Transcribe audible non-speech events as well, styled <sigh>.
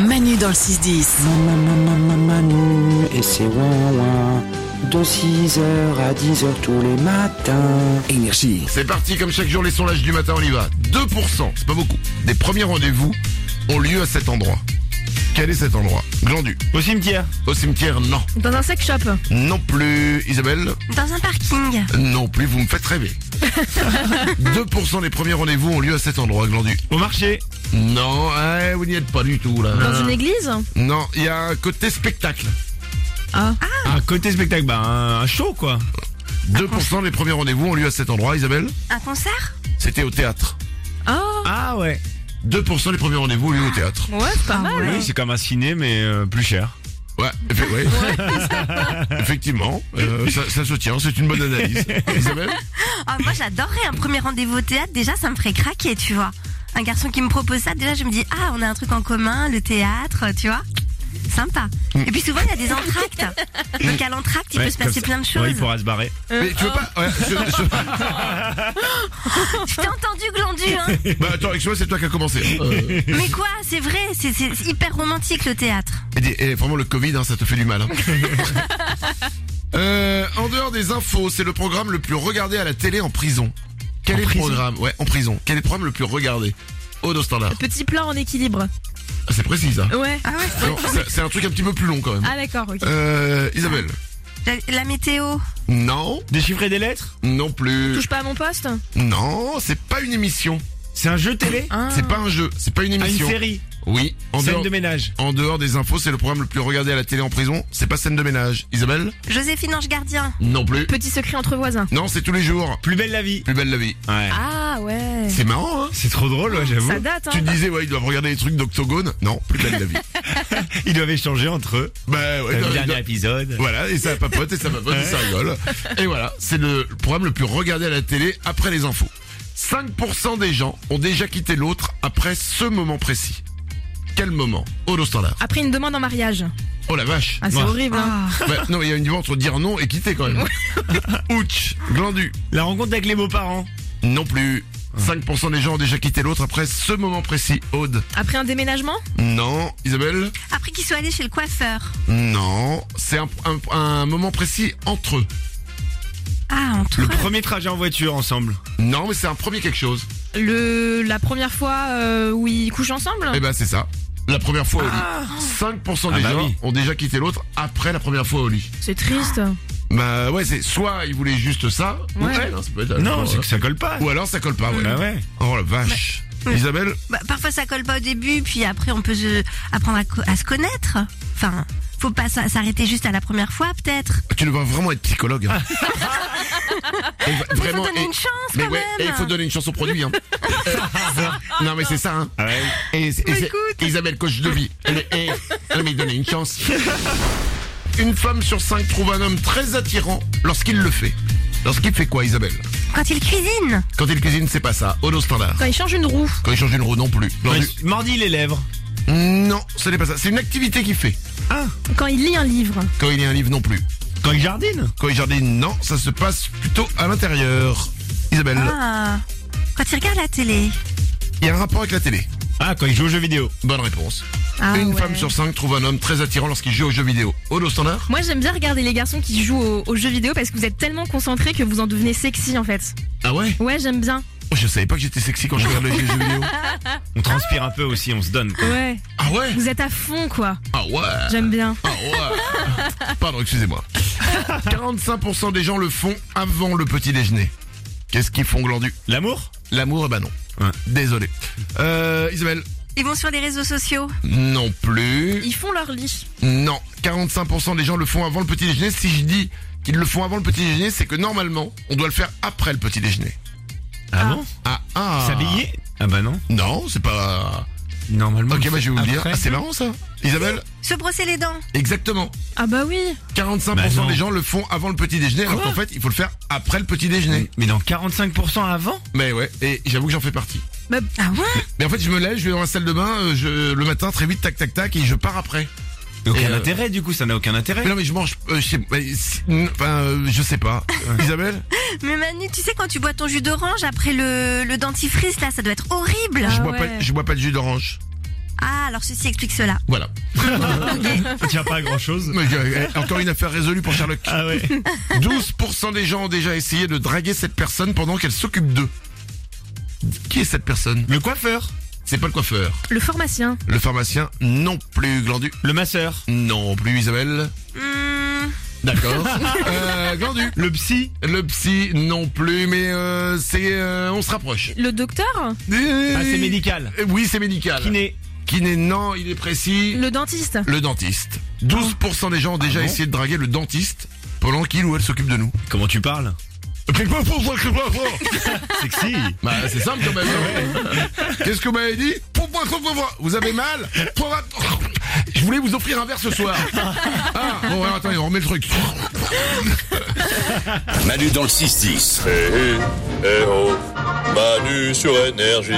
Manu dans le 6-10. Manu et c'est De 6h à 10h tous les matins. Énergie. C'est parti, comme chaque jour, les sondages du matin, on y va. 2%, c'est pas beaucoup, des premiers rendez-vous ont lieu à cet endroit. Quel est cet endroit Glandu. Au cimetière. Au cimetière, non. Dans un sex shop. Non plus. Isabelle Dans un parking. Non plus, vous me faites <laughs> rêver. 2% des premiers rendez-vous ont lieu à cet endroit, Glandu. Au marché. Non, eh, vous n'y êtes pas du tout, là. Dans une église. Non, il y a un côté spectacle. Ah. Un côté spectacle, bah un, un show quoi. 2% des premiers rendez-vous ont lieu à cet endroit, Isabelle Un concert C'était au théâtre. Oh. Ah ouais. 2% des premiers rendez-vous ont lieu au théâtre. Ouais, c'est Ah pas mal. Oui, c'est comme un ciné mais euh, plus cher. Ouais, effe- ouais. effectivement, euh, ça, ça se tient, c'est une bonne analyse. Isabelle Ah, moi, j'adorerais un premier rendez-vous au théâtre. Déjà, ça me ferait craquer, tu vois. Un garçon qui me propose ça, déjà, je me dis, ah, on a un truc en commun, le théâtre, tu vois. Sympa. Et puis souvent, il y a des entractes. Donc, à l'entracte, il Mm. Ouais, peut se comme passer ça. plein de Ouais, choses. il pourra se barrer. Mais tu veux pas ouais, je- je- Je t'ai entendu, glandu, <laughs> hein. Bah attends, excuse-moi, c'est toi qui as commencé. hein. Euh, Mais quoi, c'est vrai, c'est c'est hyper romantique, le théâtre. Et, dis- et vraiment, le Covid, hein, ça te fait du mal. hein. Euh, en dehors des infos, c'est le programme le plus regardé à la télé en prison. Quel est le programme Ouais, en prison. Quel est le programme le plus regardé Au dos standard. Petit plat en équilibre. Ah, c'est précis, ça. Ouais. Ah ouais. Non, c'est- C'est un truc un petit peu plus long, quand même. Ah d'accord, ok. Euh, Isabelle La, la météo. Non, Déchiffrer des lettres non plus. Touche pas à mon poste. Non, c'est pas une émission. C'est un jeu télé Ah. C'est pas un jeu, c'est pas une Ah, Une émission. série. Oui, en Scène dehors, de ménage. en dehors des infos, c'est le programme le plus regardé à la télé en prison. C'est pas scène de ménage. Isabelle Joséphine Ange Gardien. Non plus. Petit secret entre voisins. Non, c'est tous les jours. Plus belle la vie. Plus belle la vie. Ouais. Ah ouais. C'est marrant, hein C'est trop drôle, ouais, j'avoue. Ça date, hein. Tu te disais, ouais, ils doivent regarder les trucs d'octogone. Non, plus belle <laughs> la vie. Ils doivent échanger entre eux. bah ouais, Euh, Le non, ils dernier doivent- épisode. Voilà, et ça papote, et ça papote, et ça rigole. Et voilà, c'est le programme le plus regardé à la télé après les infos. 5% des gens ont déjà quitté l'autre après ce moment précis. Quel moment Au dos standard. Après une demande en mariage. Oh la vache Ah c'est Ouais. horrible. hein. Bah, Non, il y a une différence entre dire non et quitter quand même. <laughs> Ouch Glandu La rencontre avec les beaux-parents. Non plus. Ah. 5% des gens ont déjà quitté l'autre après ce moment précis. Aude Après un déménagement Non. Isabelle Après qu'ils soient allés chez le coiffeur. Non, c'est un, un- un moment précis entre eux. Ah, entre Le premier trajet en voiture ensemble. Non, mais c'est un premier quelque chose. Le la première fois euh, où ils couchent ensemble Eh ben, c'est ça. La première fois au lit. 5% des Ah bah gens oui. ont déjà quitté l'autre après la première fois au lit. C'est triste. Bah ouais, c'est soit ils voulaient juste ça, ou Ouais. elle, hein, ça peut être- Non, euh, c'est que ça colle pas. ou alors ça colle pas, ouais. Bah ouais. Oh la vache. Isabelle Bah, parfois ça colle pas au début, puis après on peut se- apprendre à, co- à se connaître. Enfin, faut pas s'a- s'arrêter juste à la première fois peut-être. Bah, Tu devrais vraiment être psychologue. <laughs> hein. Et va- Il faut vraiment. donner et- une chance mais quand ouais, et même. il faut donner une chance au produit. Hein. <laughs> non mais c'est ça. Hein. Ah ouais. Et, et- Bah, et- Isabelle, coach de vie. Elle, elle- elle m'a donné une chance. Une femme sur cinq trouve un homme très attirant lorsqu'il le fait. Lorsqu'il fait quoi, Isabelle Quand il cuisine, Quand il cuisine, c'est pas ça. Au standard. Quand ils changent une roue. Quand il change une roue, non plus. Non, Ouais, Mordis les lèvres. du- Non, ce n'est pas ça. C'est une activité qu'il fait. Quand il lit un livre. Quand il lit un livre, non plus. Quand ils jardinent. Quand il jardine, non. Ça se passe plutôt à l'intérieur. Isabelle, Ah. quand il regarde la télé, il y a un rapport avec la télé. Ah, quand ils jouent aux jeux vidéo. Bonne réponse. Ah une ouais. femme sur cinq trouve un homme très attirant lorsqu'il joue aux jeux vidéo. Au standard Moi j'aime bien regarder les garçons qui jouent aux, aux jeux vidéo parce que vous êtes tellement concentrés que vous en devenez sexy en fait. Ah ouais Ouais j'aime bien. Oh, Je savais pas que j'étais sexy quand je regardais les jeux vidéo. On transpire un peu aussi, on se donne. Ouais. <laughs> Ah ouais Vous êtes à fond quoi. Ah ouais J'aime bien. Ah ouais. Pardon, excusez-moi. 45% des gens le font avant le petit déjeuner. Qu'est-ce qu'ils font glandu L'amour L'amour, eh ben non. Ouais. Désolé. Euh, Isabelle ils vont sur les réseaux sociaux. Non plus. Ils font leur lit. Non. 45% des gens le font avant le petit déjeuner. Si je dis qu'ils le font avant le petit déjeuner, c'est que normalement, on doit le faire après le petit déjeuner. Ah, bon Ah ah S'habiller Ah bah non. Non, c'est pas... Normalement. Ok, bah je vais vous le dire. Après. Ah, c'est marrant ça. Isabelle Se brosser les dents. Exactement. Ah bah oui. 45% Bah non. des gens le font avant le petit déjeuner, alors Quoi qu'en fait, il faut le faire après le petit déjeuner. Mais dans 45% avant Mais ouais, et j'avoue que j'en fais partie. Bah, ah ouais Mais en fait, je me lève, je vais dans la salle de bain, euh, je, le matin, très vite, tac, tac, tac, et je pars après. Aucun euh, intérêt du coup, ça n'a aucun intérêt. <laughs> Mais non, mais je mange, euh, je sais, mais si- enfin, euh, je sais pas. Isabelle, Mais Manu, tu sais quand tu bois ton jus d'orange après le, le dentifrice là, ça doit être horrible. je Ah bois pas, ouais. je bois pas de jus d'orange. Ah, alors ceci explique cela. Voilà. Ça tient pas à grand chose. Mais, euh, Encore une affaire résolue pour Sherlock. Ah ouais. 12% des gens ont déjà essayé de draguer cette personne pendant qu'elle s'occupe d'eux. Qui est cette personne Le coiffeur, C'est pas le coiffeur. Le pharmacien. Le pharmacien Non plus. Glandu le masseur, Non plus. Isabelle Hmm, D'accord. Euh, Glandu le psy, Le psy Non plus. Mais euh, c'est... euh, on se rapproche. Le docteur. ah, c'est médical. Euh, Oui, c'est médical. Kiné, Kiné, non, il est précis. Le dentiste. Le dentiste. 12% des gens ont Ah déjà essayé de draguer le dentiste pendant qu'il ou elle s'occupe de nous. Comment tu parles sexy. Bah c'est simple quand même. hein. <laughs> Qu'est-ce que vous m'avez dit Pour moi, pour moi, vous avez mal Pour att- Je voulais vous offrir un verre ce <laughs> soir. Ah bon alors, attendez, on remet le truc. Manu dans le 6-10. Eh, eh, eh, oh. Manu sur énergie.